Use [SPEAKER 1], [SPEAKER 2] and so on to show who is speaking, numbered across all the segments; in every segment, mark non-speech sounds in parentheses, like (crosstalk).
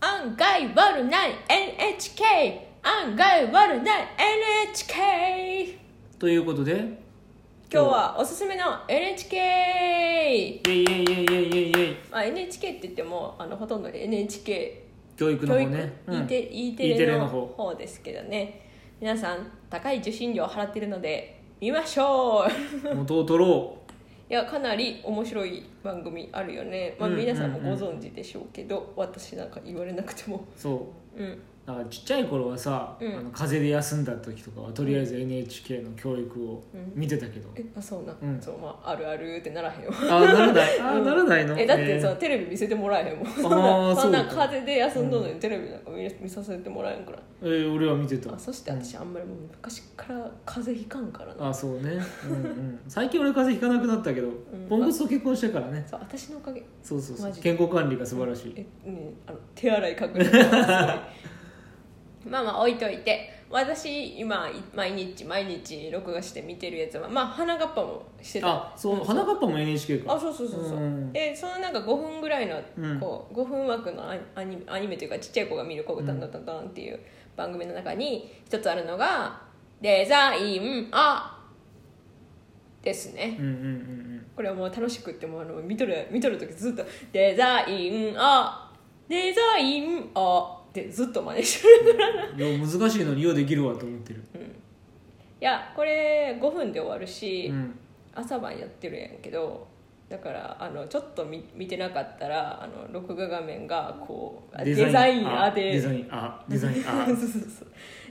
[SPEAKER 1] 案外悪ない NHK 案外悪ない NHK
[SPEAKER 2] ということで
[SPEAKER 1] 今日はおすすめの NHK、
[SPEAKER 2] イェイイェイイェイイェイイェイイェイ
[SPEAKER 1] まあ、NHK って言ってもあのほとんど NHK
[SPEAKER 2] 教育の
[SPEAKER 1] 教育、
[SPEAKER 2] 方ね、う
[SPEAKER 1] E
[SPEAKER 2] ん、
[SPEAKER 1] テ E テ
[SPEAKER 2] E
[SPEAKER 1] レ
[SPEAKER 2] テレ
[SPEAKER 1] の
[SPEAKER 2] の方
[SPEAKER 1] 方ですけどね皆さん高い受信料を払ってるので見ましょう
[SPEAKER 2] 元を取ろ
[SPEAKER 1] いやかなり面白い番組あるよね、まあ、
[SPEAKER 2] うん
[SPEAKER 1] 皆さんも
[SPEAKER 2] うんう
[SPEAKER 1] ご
[SPEAKER 2] ん
[SPEAKER 1] 存知でしょうけど、私なんか言われなくても
[SPEAKER 2] うそう
[SPEAKER 1] うん
[SPEAKER 2] だからちっちゃい頃はさ、
[SPEAKER 1] うん
[SPEAKER 2] あの風邪で休んだ時とかはとりあえず NHK の教育を見てたけど、
[SPEAKER 1] えあそうな、
[SPEAKER 2] うん
[SPEAKER 1] そうまああるあるってならへんよ
[SPEAKER 2] あならないあならないの
[SPEAKER 1] えだってさ、
[SPEAKER 2] え
[SPEAKER 1] テレビ見せてもらえへんもんそん
[SPEAKER 2] あ
[SPEAKER 1] な
[SPEAKER 2] ー
[SPEAKER 1] そんな
[SPEAKER 2] そう
[SPEAKER 1] 風
[SPEAKER 2] か
[SPEAKER 1] 邪で休んどんのにテレビなんか見見させてもらえんからい
[SPEAKER 2] ーえー俺は見てた
[SPEAKER 1] あそして私あんまりもう昔から風邪ひかんからな
[SPEAKER 2] あそうね、うんうん、最近俺風邪ひかなくなったけど、
[SPEAKER 1] ん
[SPEAKER 2] ポンコツと結婚してからね
[SPEAKER 1] そう私のおかげ
[SPEAKER 2] そうそうそ
[SPEAKER 1] マ
[SPEAKER 2] う
[SPEAKER 1] ジで
[SPEAKER 2] 健康管理が素晴らしい、
[SPEAKER 1] え、ね、あの手洗い確認がすごい (laughs) まあまあ置いといて私今い毎日毎日録画して見てるやつはまあ花がっぱもしてた
[SPEAKER 2] あそう花かっぱも NHK か
[SPEAKER 1] あそうそうそうそう、
[SPEAKER 2] うん
[SPEAKER 1] でそのなんか5分ぐらいの
[SPEAKER 2] うん
[SPEAKER 1] こう5分枠のアニアニメアニメというかちっちゃい子が見る「こうタンタンタンタン」っていう番組の中に一つあるのが「デザインあ」ですね
[SPEAKER 2] うんうんうん
[SPEAKER 1] これはもう楽しくってもうあの見とる見とる時ずっと「デザインあ」「デザインあ」ってずっと真似してる
[SPEAKER 2] うんいや難しいのにようできるわと思ってる、
[SPEAKER 1] いやこれ5分で終わるし、
[SPEAKER 2] うん、
[SPEAKER 1] 朝晩やってるやんけどだからあのちょっと見見てなかったらあの録画画面がこうあデザインあで
[SPEAKER 2] デザインあデザイン
[SPEAKER 1] (laughs)
[SPEAKER 2] あ
[SPEAKER 1] そうそうそう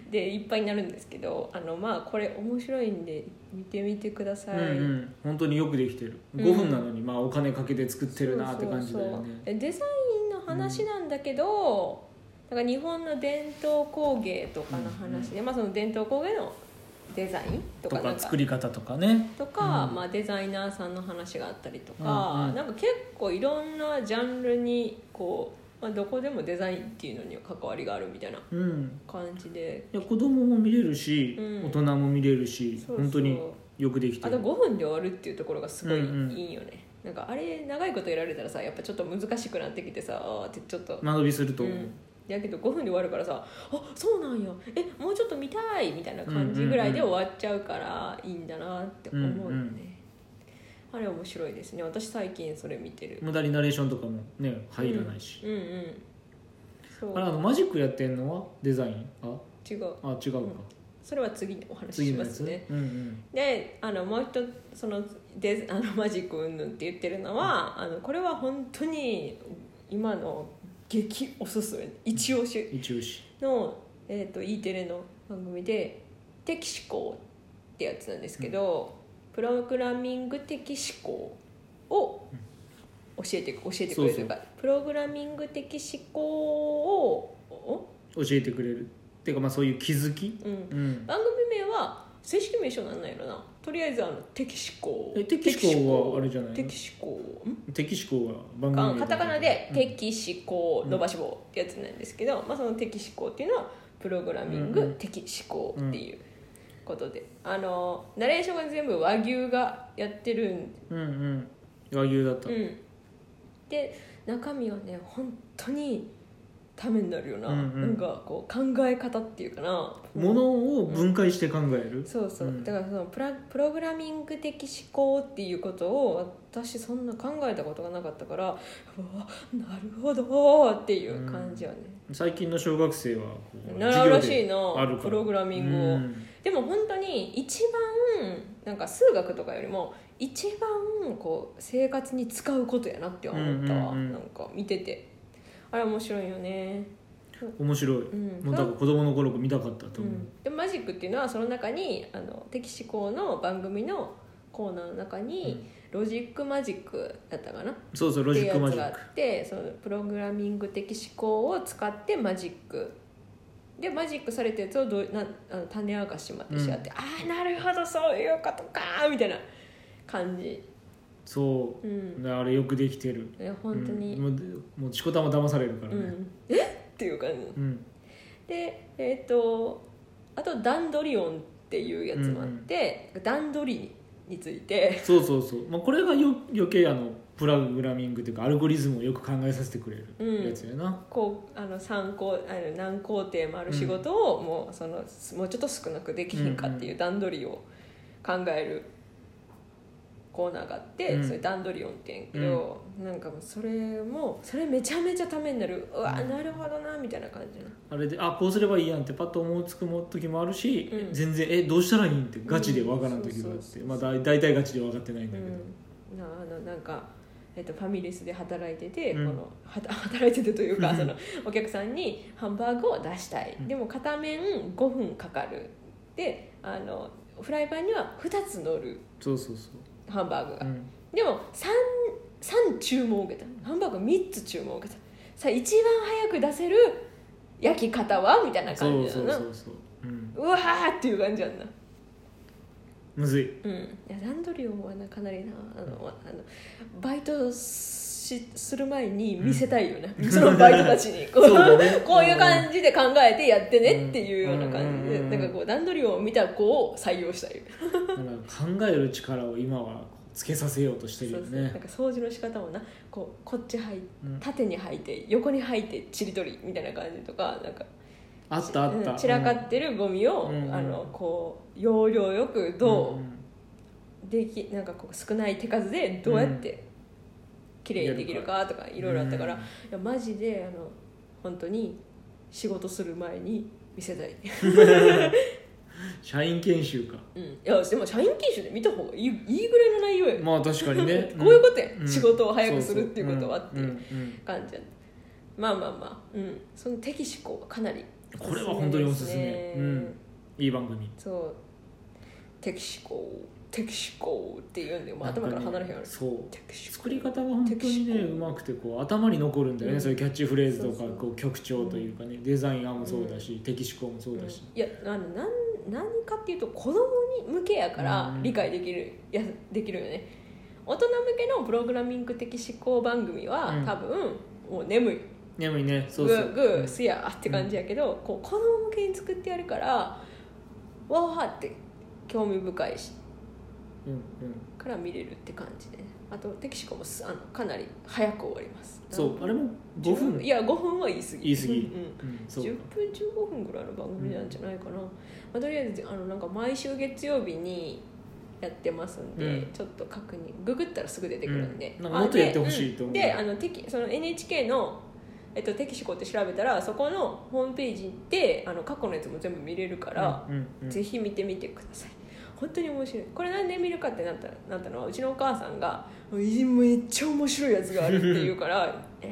[SPEAKER 1] でいっぱいになるんですけどあのまあこれ面白いんで見てみてください、
[SPEAKER 2] うんうん、本当によくできてる
[SPEAKER 1] うん
[SPEAKER 2] 5分なのに、まあ、お金かけて作ってるなって感じだよね
[SPEAKER 1] そうそうそうデザインの話なんだけど、なんか日本の伝統工芸とかの話で、まあ、その伝統工芸のデザインとか
[SPEAKER 2] と
[SPEAKER 1] なんか
[SPEAKER 2] か作り方とかね
[SPEAKER 1] とか、
[SPEAKER 2] うん
[SPEAKER 1] まあ、デザイナーさんの話があったりとか、
[SPEAKER 2] うんうん
[SPEAKER 1] なんか結構いろんなジャンルにこう、まあ、どこでもデザインっていうのには関わりがあるみたいな
[SPEAKER 2] うん
[SPEAKER 1] 感じで
[SPEAKER 2] いや子供も見れるし、
[SPEAKER 1] うん
[SPEAKER 2] 大人も見れるし
[SPEAKER 1] そうそう
[SPEAKER 2] 本当によくできて
[SPEAKER 1] あと
[SPEAKER 2] る
[SPEAKER 1] 5分で終わるっていうところがすごいい
[SPEAKER 2] うんうん
[SPEAKER 1] いよね、なんかあれ長いことやられたらさやっぱちょっと難しくなってきてさあーってちょっと。
[SPEAKER 2] 間延びすると
[SPEAKER 1] う
[SPEAKER 2] 思う、
[SPEAKER 1] んやけど5分で終わるからさ「あそうなんやえもうちょっと見たい」みたいな感じぐらいで
[SPEAKER 2] うんうん
[SPEAKER 1] 終わっちゃうからいいんだなって思うよね、
[SPEAKER 2] うんうん
[SPEAKER 1] あれ面白いですね私最近それ見てる
[SPEAKER 2] 無駄にナレーションとかもね入らないし、
[SPEAKER 1] うんうんそ
[SPEAKER 2] あれあの
[SPEAKER 1] う
[SPEAKER 2] マジックやってんのはデザインあ
[SPEAKER 1] 違う
[SPEAKER 2] あ違うか、
[SPEAKER 1] それは次にお話し
[SPEAKER 2] 次
[SPEAKER 1] し
[SPEAKER 2] の
[SPEAKER 1] ま
[SPEAKER 2] や
[SPEAKER 1] す
[SPEAKER 2] つ
[SPEAKER 1] ね
[SPEAKER 2] うんうん
[SPEAKER 1] であのもう一つそのデあのマジックうんぬんって言ってるのはあのこれは本当に今の激おすすめ一押し
[SPEAKER 2] 一押し
[SPEAKER 1] の、えー、と E テレの番組で「敵思考」ってやつなんですけど、プログラミング的思考を教えて教えてくれるというかプログラミング的思考をお
[SPEAKER 2] 教えてくれるっていうかまあそういう気づき、
[SPEAKER 1] うん、
[SPEAKER 2] うん、
[SPEAKER 1] 番組名は正式名称なんなんやろなとりあえずあの敵思考
[SPEAKER 2] え敵思考はあれじゃないの
[SPEAKER 1] 敵思考ん
[SPEAKER 2] 敵思考が番組、
[SPEAKER 1] カタカナで「敵思考伸ばし棒」ってやつなんですけど、まあ、その敵思考っていうのはプログラミン
[SPEAKER 2] うんう
[SPEAKER 1] グ
[SPEAKER 2] ん
[SPEAKER 1] 敵思考っていうことで、あのナレーションが全部和牛がやってるん
[SPEAKER 2] うん、うんうん和牛だった、
[SPEAKER 1] うん、で中身はね本当にためになるよな、
[SPEAKER 2] うんうん
[SPEAKER 1] なんかこう考え方っていうかな
[SPEAKER 2] ものを分解して考える、
[SPEAKER 1] そうそう、
[SPEAKER 2] うん
[SPEAKER 1] だからそのプラプログラミング的思考っていうことを私そんな考えたことがなかったからうわなるほどっていう感じはね、
[SPEAKER 2] 最近の小学生はこう
[SPEAKER 1] 習うらしいな
[SPEAKER 2] 授業であるか
[SPEAKER 1] プ
[SPEAKER 2] ら
[SPEAKER 1] ログラミングを、
[SPEAKER 2] うん
[SPEAKER 1] でも本当に一番なんか数学とかよりも一番こう生活に使うことやなって思ったわ、
[SPEAKER 2] うんうんうん
[SPEAKER 1] なんか見ててあれ面白いよね
[SPEAKER 2] 面白い、
[SPEAKER 1] うん
[SPEAKER 2] もう多分子供の頃見たかったと
[SPEAKER 1] う
[SPEAKER 2] 思う、
[SPEAKER 1] ん、でもマジックっていうのはその中にあの敵思考の番組のコーナーの中に、ロジックマジックだったかな
[SPEAKER 2] そうそうロ
[SPEAKER 1] って
[SPEAKER 2] ジ
[SPEAKER 1] いう
[SPEAKER 2] ック
[SPEAKER 1] や
[SPEAKER 2] マ
[SPEAKER 1] つ
[SPEAKER 2] ジ
[SPEAKER 1] があ
[SPEAKER 2] ッ
[SPEAKER 1] っ
[SPEAKER 2] ク
[SPEAKER 1] てそのプログラミング的思考を使ってマジックでマジックされたやつをどうなあの種明かしまでしちゃって、ああなるほどそういうことかーみたいな感じ
[SPEAKER 2] そうう、
[SPEAKER 1] ん
[SPEAKER 2] であれよくできてる
[SPEAKER 1] いや本当
[SPEAKER 2] う
[SPEAKER 1] に
[SPEAKER 2] ん、もうでもうチコタも騙されるか
[SPEAKER 1] う
[SPEAKER 2] ら
[SPEAKER 1] ん
[SPEAKER 2] ね
[SPEAKER 1] えっていう感じ
[SPEAKER 2] うん、
[SPEAKER 1] でえっ、とあと段取り音っていうやつもあって、段取りについて
[SPEAKER 2] そうそうそう、まあ、これがよ余計あのプログラミングというかアルゴリズムをよく考えさせてくれ
[SPEAKER 1] うん
[SPEAKER 2] るやつやな、
[SPEAKER 1] こうあの3項あの何工程もある仕事を、もうそのもうちょっと少なくできひんかっていう段取りを考えるコーナーがあって、
[SPEAKER 2] うん
[SPEAKER 1] それ段取り音ってんやけど、なんかもうそれもそれめちゃめちゃためになるうわ
[SPEAKER 2] うん
[SPEAKER 1] なるほどなみたいな感じな
[SPEAKER 2] あれであこうすればいいやんってパッと思いつくも時もあるし、
[SPEAKER 1] うん
[SPEAKER 2] 全然えどうしたらいいんってガチでわからん時があ
[SPEAKER 1] う
[SPEAKER 2] っ
[SPEAKER 1] んそうそうそ
[SPEAKER 2] て、
[SPEAKER 1] う
[SPEAKER 2] まあだい大体ガチで分かってないんだけど、
[SPEAKER 1] うん、なあのなんか、えっと、ファミレスで働いてて、
[SPEAKER 2] うん
[SPEAKER 1] このは (laughs) た働いててという
[SPEAKER 2] う
[SPEAKER 1] か
[SPEAKER 2] ん
[SPEAKER 1] そのお客さんにハンバーグを出したい、
[SPEAKER 2] うん
[SPEAKER 1] でも片面5分かかるであのフライパンには2つ乗る
[SPEAKER 2] そうそうそ
[SPEAKER 1] ハンバーグが
[SPEAKER 2] う、う、ん
[SPEAKER 1] でも 3, 三注文を受けたハンバーグ3つ注文を受けたさあ一番早く出せる焼き方はみたいな
[SPEAKER 2] そ
[SPEAKER 1] 感
[SPEAKER 2] う
[SPEAKER 1] じだ
[SPEAKER 2] そ
[SPEAKER 1] な
[SPEAKER 2] う
[SPEAKER 1] う
[SPEAKER 2] そうそう、うん、
[SPEAKER 1] わーっていう感じやんな
[SPEAKER 2] むずい
[SPEAKER 1] うん、いや段取りはなかなりなあのあのバイトしする前に見せたいよね、そのバイトたちに (laughs) こう
[SPEAKER 2] そうだね
[SPEAKER 1] こういう感じで考えてやってねっていうような感じで、
[SPEAKER 2] うん
[SPEAKER 1] なんかこう段取りを見た子を採用したい
[SPEAKER 2] だから考える力を今はつけさせようとしてるよ
[SPEAKER 1] そうそうなん
[SPEAKER 2] ね
[SPEAKER 1] か掃除の仕方もなこうこっち履い
[SPEAKER 2] うん
[SPEAKER 1] 縦に履いて横に履いてちりとりみたいな感じとかなんか
[SPEAKER 2] あったあった、
[SPEAKER 1] うん散らかってるゴミを、
[SPEAKER 2] うん
[SPEAKER 1] あのこう要領よくどうでき、なんかこう少ない手数でどうやって綺麗にできるかとかいろいろあったから、
[SPEAKER 2] うん
[SPEAKER 1] いやマジであの本当に仕事する前に見せたい、
[SPEAKER 2] 社員研修か
[SPEAKER 1] うん、いやでも社員研修で見た方がいいいいぐらいの内容や、
[SPEAKER 2] まあ確か
[SPEAKER 1] (laughs)
[SPEAKER 2] にね
[SPEAKER 1] こういうことや、
[SPEAKER 2] うん
[SPEAKER 1] 仕事を早くするっていうことはっていううん
[SPEAKER 2] うん
[SPEAKER 1] 感じやまあまあまあ、うん、その適思考はかなり
[SPEAKER 2] これは本当におすすめ
[SPEAKER 1] ですね
[SPEAKER 2] うんいい番組
[SPEAKER 1] そう適思考適思考って言うんでもう頭から離れへんよ
[SPEAKER 2] なん
[SPEAKER 1] ね
[SPEAKER 2] かねそう
[SPEAKER 1] 適思考
[SPEAKER 2] 作り方が本当にね
[SPEAKER 1] テクシ
[SPEAKER 2] う
[SPEAKER 1] コ
[SPEAKER 2] まくてこう頭に残るんだよね、
[SPEAKER 1] うん
[SPEAKER 2] そういうキャッチフレーズとか
[SPEAKER 1] そうそう
[SPEAKER 2] こう曲調というかねデザイン案もそうだし、テキシコもそうだし、
[SPEAKER 1] いやあのなん何かっていうと子供に向けやから
[SPEAKER 2] うん
[SPEAKER 1] 理解できる、やできるよね大人向けのプログラミング的思考番組は、
[SPEAKER 2] うん
[SPEAKER 1] 多分もう眠い
[SPEAKER 2] 眠いねそ
[SPEAKER 1] グ
[SPEAKER 2] うそう
[SPEAKER 1] ーグーすやって感じやけど、こう子供向けに作ってやるからわーって興味深いし
[SPEAKER 2] うんうん、
[SPEAKER 1] から見れるって感じであとテキシコもすあのかなり早く終わります
[SPEAKER 2] そうあれも5
[SPEAKER 1] 5
[SPEAKER 2] 分
[SPEAKER 1] 分いや5分は言い過ぎ
[SPEAKER 2] 言い過ぎ
[SPEAKER 1] うん
[SPEAKER 2] うん、そう
[SPEAKER 1] 10分15分ぐらいの番組なんじゃないかな、まあ、とりあえずあのなんか毎週月曜日にやってますんで、
[SPEAKER 2] うん
[SPEAKER 1] ちょっと確認ググったらすぐ出てくるんで、
[SPEAKER 2] うんなんかもっとやってほしいと思う
[SPEAKER 1] あで,、んであのテキその NHK の、えっと、テキシコって調べたらそこのホームページ行ってあの過去のやつも全部見れるから、
[SPEAKER 2] うんうん
[SPEAKER 1] ぜひ見てみてください本当に面白いこれなんで見るかってなったなったのはうちのお母さんが「めっちゃ面白いやつがある」って言うから (laughs) 「え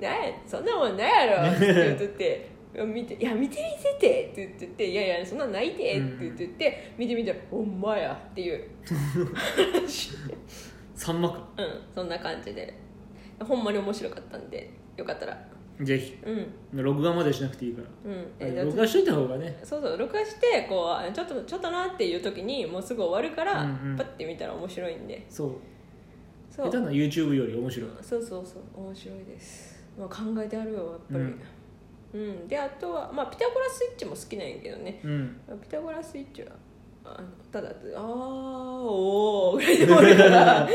[SPEAKER 1] なんやそんなもんないやろ」って言っとって「見ていや見てみせて」って言ってて「いやいやそんなんないて」って言ってて見てみたら「ほんまや」っていう
[SPEAKER 2] さんまか
[SPEAKER 1] うんそんな感じでほんまに面白かったんでよかったら
[SPEAKER 2] ぜひ
[SPEAKER 1] うん
[SPEAKER 2] 録画までしなくていいから
[SPEAKER 1] うん
[SPEAKER 2] あ
[SPEAKER 1] え
[SPEAKER 2] れ
[SPEAKER 1] だっ
[SPEAKER 2] 録
[SPEAKER 1] て
[SPEAKER 2] 画しといた方がね
[SPEAKER 1] そうそう録画してこうあちょっとちょっとなっていう時にもうすぐ終わるから、
[SPEAKER 2] うんうん
[SPEAKER 1] パッて見たら面白いんで
[SPEAKER 2] そう
[SPEAKER 1] そ
[SPEAKER 2] 下
[SPEAKER 1] う
[SPEAKER 2] 手な YouTube より面白い
[SPEAKER 1] そうそうそう面白いです、まあ、考えてあるよやっぱり
[SPEAKER 2] うん
[SPEAKER 1] うん、であとはまあピタゴラスイッチも好きなんやけどね
[SPEAKER 2] (laughs) うん
[SPEAKER 1] ピタゴラスイッチはあのただあーおーぐらいで終わる
[SPEAKER 2] (laughs)
[SPEAKER 1] から、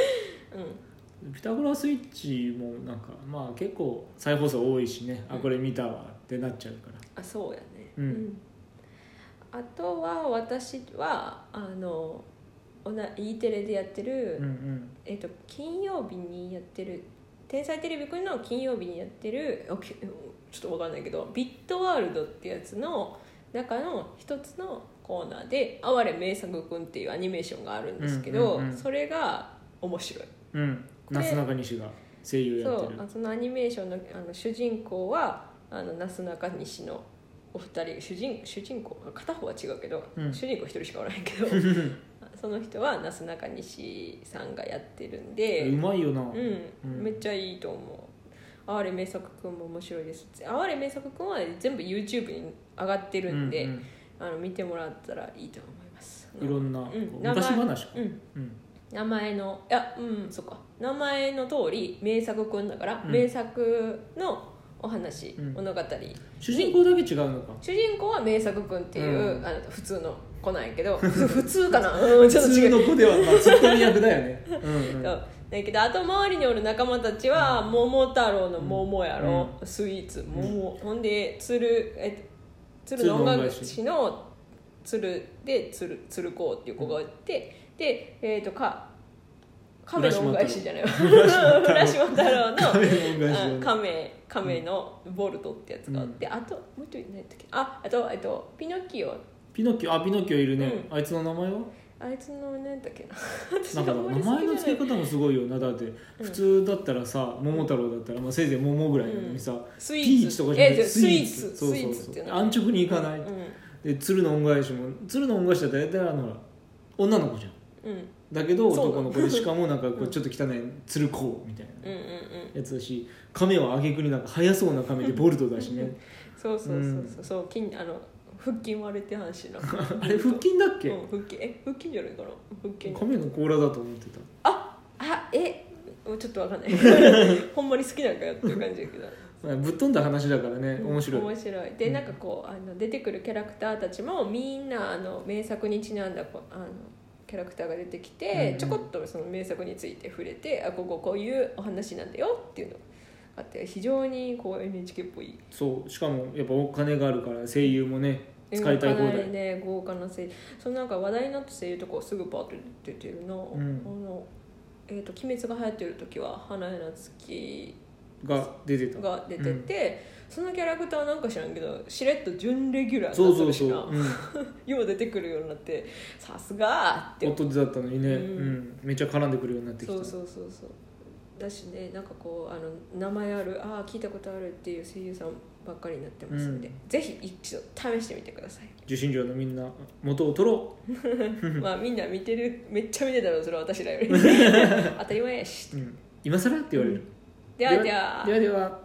[SPEAKER 2] ピタゴラスイッチもなんかまあ結構再放送多いしねあこれ見たわってなっちゃうから
[SPEAKER 1] あそうやね
[SPEAKER 2] うん
[SPEAKER 1] あとは私はあのおな E テレでやってる、
[SPEAKER 2] うんうん
[SPEAKER 1] えっと金曜日にやってる「天才てれびくん」の金曜日にやってるあきちょっとわかんないけど「ビットワールド」ってやつの中の一つのコーナーで「哀れ名作くん」っていうアニメーションがあるんですけど、
[SPEAKER 2] うんうんうん
[SPEAKER 1] それが面白い。
[SPEAKER 2] うん
[SPEAKER 1] れ
[SPEAKER 2] なすなかにしが声優や
[SPEAKER 1] そ
[SPEAKER 2] って
[SPEAKER 1] う
[SPEAKER 2] る
[SPEAKER 1] あそのアニメーションのあの主人公はあのなすなかにしのお二人主人主人公片方は違うけど、
[SPEAKER 2] うん
[SPEAKER 1] 主人公一人しかおらへんけ
[SPEAKER 2] (laughs)
[SPEAKER 1] どその人はなすなかにしさんがやってるんで。
[SPEAKER 2] うまいよな、
[SPEAKER 1] う
[SPEAKER 2] うん
[SPEAKER 1] ん、めっちゃいいと思う哀れ名作くんも面白いです哀れ名作くんは全部 YouTube に上がってるんで、
[SPEAKER 2] うんうん
[SPEAKER 1] あの見てもらったらいいと思います
[SPEAKER 2] いろんな、
[SPEAKER 1] うん
[SPEAKER 2] こう
[SPEAKER 1] 名前
[SPEAKER 2] 昔話か、
[SPEAKER 1] うん
[SPEAKER 2] うん
[SPEAKER 1] 名前のいやうんそっか名前の通り名作くんだから、
[SPEAKER 2] うん
[SPEAKER 1] 名作のお話、
[SPEAKER 2] うん
[SPEAKER 1] 物語
[SPEAKER 2] 主人公だけ違うのか
[SPEAKER 1] 主人公は名作くんっていう、
[SPEAKER 2] うん
[SPEAKER 1] あの普通の
[SPEAKER 2] (laughs)
[SPEAKER 1] 子なんやけど普通かなうんちょっと違う (laughs)
[SPEAKER 2] の子ではまあツッコミ役だよねうん、うん、
[SPEAKER 1] そうだけど後回りにおる仲間たちは「桃太郎の桃やろ、スイーツ桃」ほんで鶴えっと鶴の音楽師の鶴で鶴鶴子っていう子がいて、でえっ、とか亀の恩返しじゃないわ (laughs) 浦島太郎の
[SPEAKER 2] 亀の恩返し
[SPEAKER 1] あ亀亀のボルトってやつがあって、あともう一人何やったっけああとえっとピノキオ
[SPEAKER 2] ピノキオあピノキオいるね、あいつの名前は
[SPEAKER 1] あいつの何やったっけな私
[SPEAKER 2] なんか
[SPEAKER 1] あんまり
[SPEAKER 2] 名
[SPEAKER 1] 好
[SPEAKER 2] 前の
[SPEAKER 1] きじ
[SPEAKER 2] 付
[SPEAKER 1] ゃ
[SPEAKER 2] け
[SPEAKER 1] ない
[SPEAKER 2] 方もすごいよなだって普通だったらさ桃太郎だったら、まあ、せいぜい桃ぐらいなのにさ、
[SPEAKER 1] ス
[SPEAKER 2] ピ
[SPEAKER 1] イー
[SPEAKER 2] ーチ
[SPEAKER 1] ツ
[SPEAKER 2] とかじゃな
[SPEAKER 1] え
[SPEAKER 2] くて
[SPEAKER 1] あスイーツ
[SPEAKER 2] そう
[SPEAKER 1] スイ
[SPEAKER 2] そ
[SPEAKER 1] ー
[SPEAKER 2] う
[SPEAKER 1] ツ
[SPEAKER 2] そ
[SPEAKER 1] っ
[SPEAKER 2] う
[SPEAKER 1] ていうの
[SPEAKER 2] 安直にいかない、
[SPEAKER 1] う
[SPEAKER 2] で鶴の恩返しも鶴の恩返しだったら大体あのほら女の子じゃん
[SPEAKER 1] んうん
[SPEAKER 2] だけど
[SPEAKER 1] そう
[SPEAKER 2] 男の子でしかもなんかこうちょっと汚
[SPEAKER 1] (laughs)
[SPEAKER 2] い鶴子みたいな
[SPEAKER 1] うんうんうん
[SPEAKER 2] やつだし亀はあげくになんか速そうな亀でボルトだしね
[SPEAKER 1] そうそうそうそうそう筋あの腹筋割れって話な
[SPEAKER 2] あれ腹筋だっけ、
[SPEAKER 1] うん、腹筋え腹筋じゃないかな腹筋
[SPEAKER 2] 亀の甲羅だと思ってた
[SPEAKER 1] ああえもうちょっとわかんないほんまに好きなんかよっていう感じだけど
[SPEAKER 2] まあぶっ飛んだ話だからね面白い、
[SPEAKER 1] 面白いでなんかこうあの出てくるキャラクターたちもみんなあの名作にちなんだこあのキャラクターが出てきて、
[SPEAKER 2] うん
[SPEAKER 1] ちょこっとその名作について触れてあこここういうお話なんだよっていうのがあって非常にこう NHK っぽい
[SPEAKER 2] そうしかもやっぱお金があるから声優もね使いたい放
[SPEAKER 1] かな
[SPEAKER 2] 題
[SPEAKER 1] りね豪華な声優そのなんか話題になった声優とかすぐパーッと出てるの,、
[SPEAKER 2] ん
[SPEAKER 1] あのえーと「鬼滅」が流行ってる時は花江夏樹
[SPEAKER 2] が出てた
[SPEAKER 1] が出てて、そのキャラクターなんか知らんけどしれっと準レギュラー
[SPEAKER 2] そ
[SPEAKER 1] に
[SPEAKER 2] う
[SPEAKER 1] なって
[SPEAKER 2] そう
[SPEAKER 1] るし
[SPEAKER 2] そう、
[SPEAKER 1] な
[SPEAKER 2] うん、
[SPEAKER 1] よう出てくるようになってさすがーって
[SPEAKER 2] 夫だったのにね、うん
[SPEAKER 1] うん
[SPEAKER 2] めっちゃ絡んでくるようになってきた
[SPEAKER 1] そうそうそうそうだしねなんかこうあの名前あるああ聞いたことあるっていう声優さんばっかりになってますんで、
[SPEAKER 2] う
[SPEAKER 1] ぜひ一度試してみてください
[SPEAKER 2] 受信料のみんな元を取ろ
[SPEAKER 1] まあみんな見てるめっちゃ見てたろそれは私ら (laughs) より当たり前やし
[SPEAKER 2] う、うん、今更って言われる、
[SPEAKER 1] ではでは
[SPEAKER 2] ではでは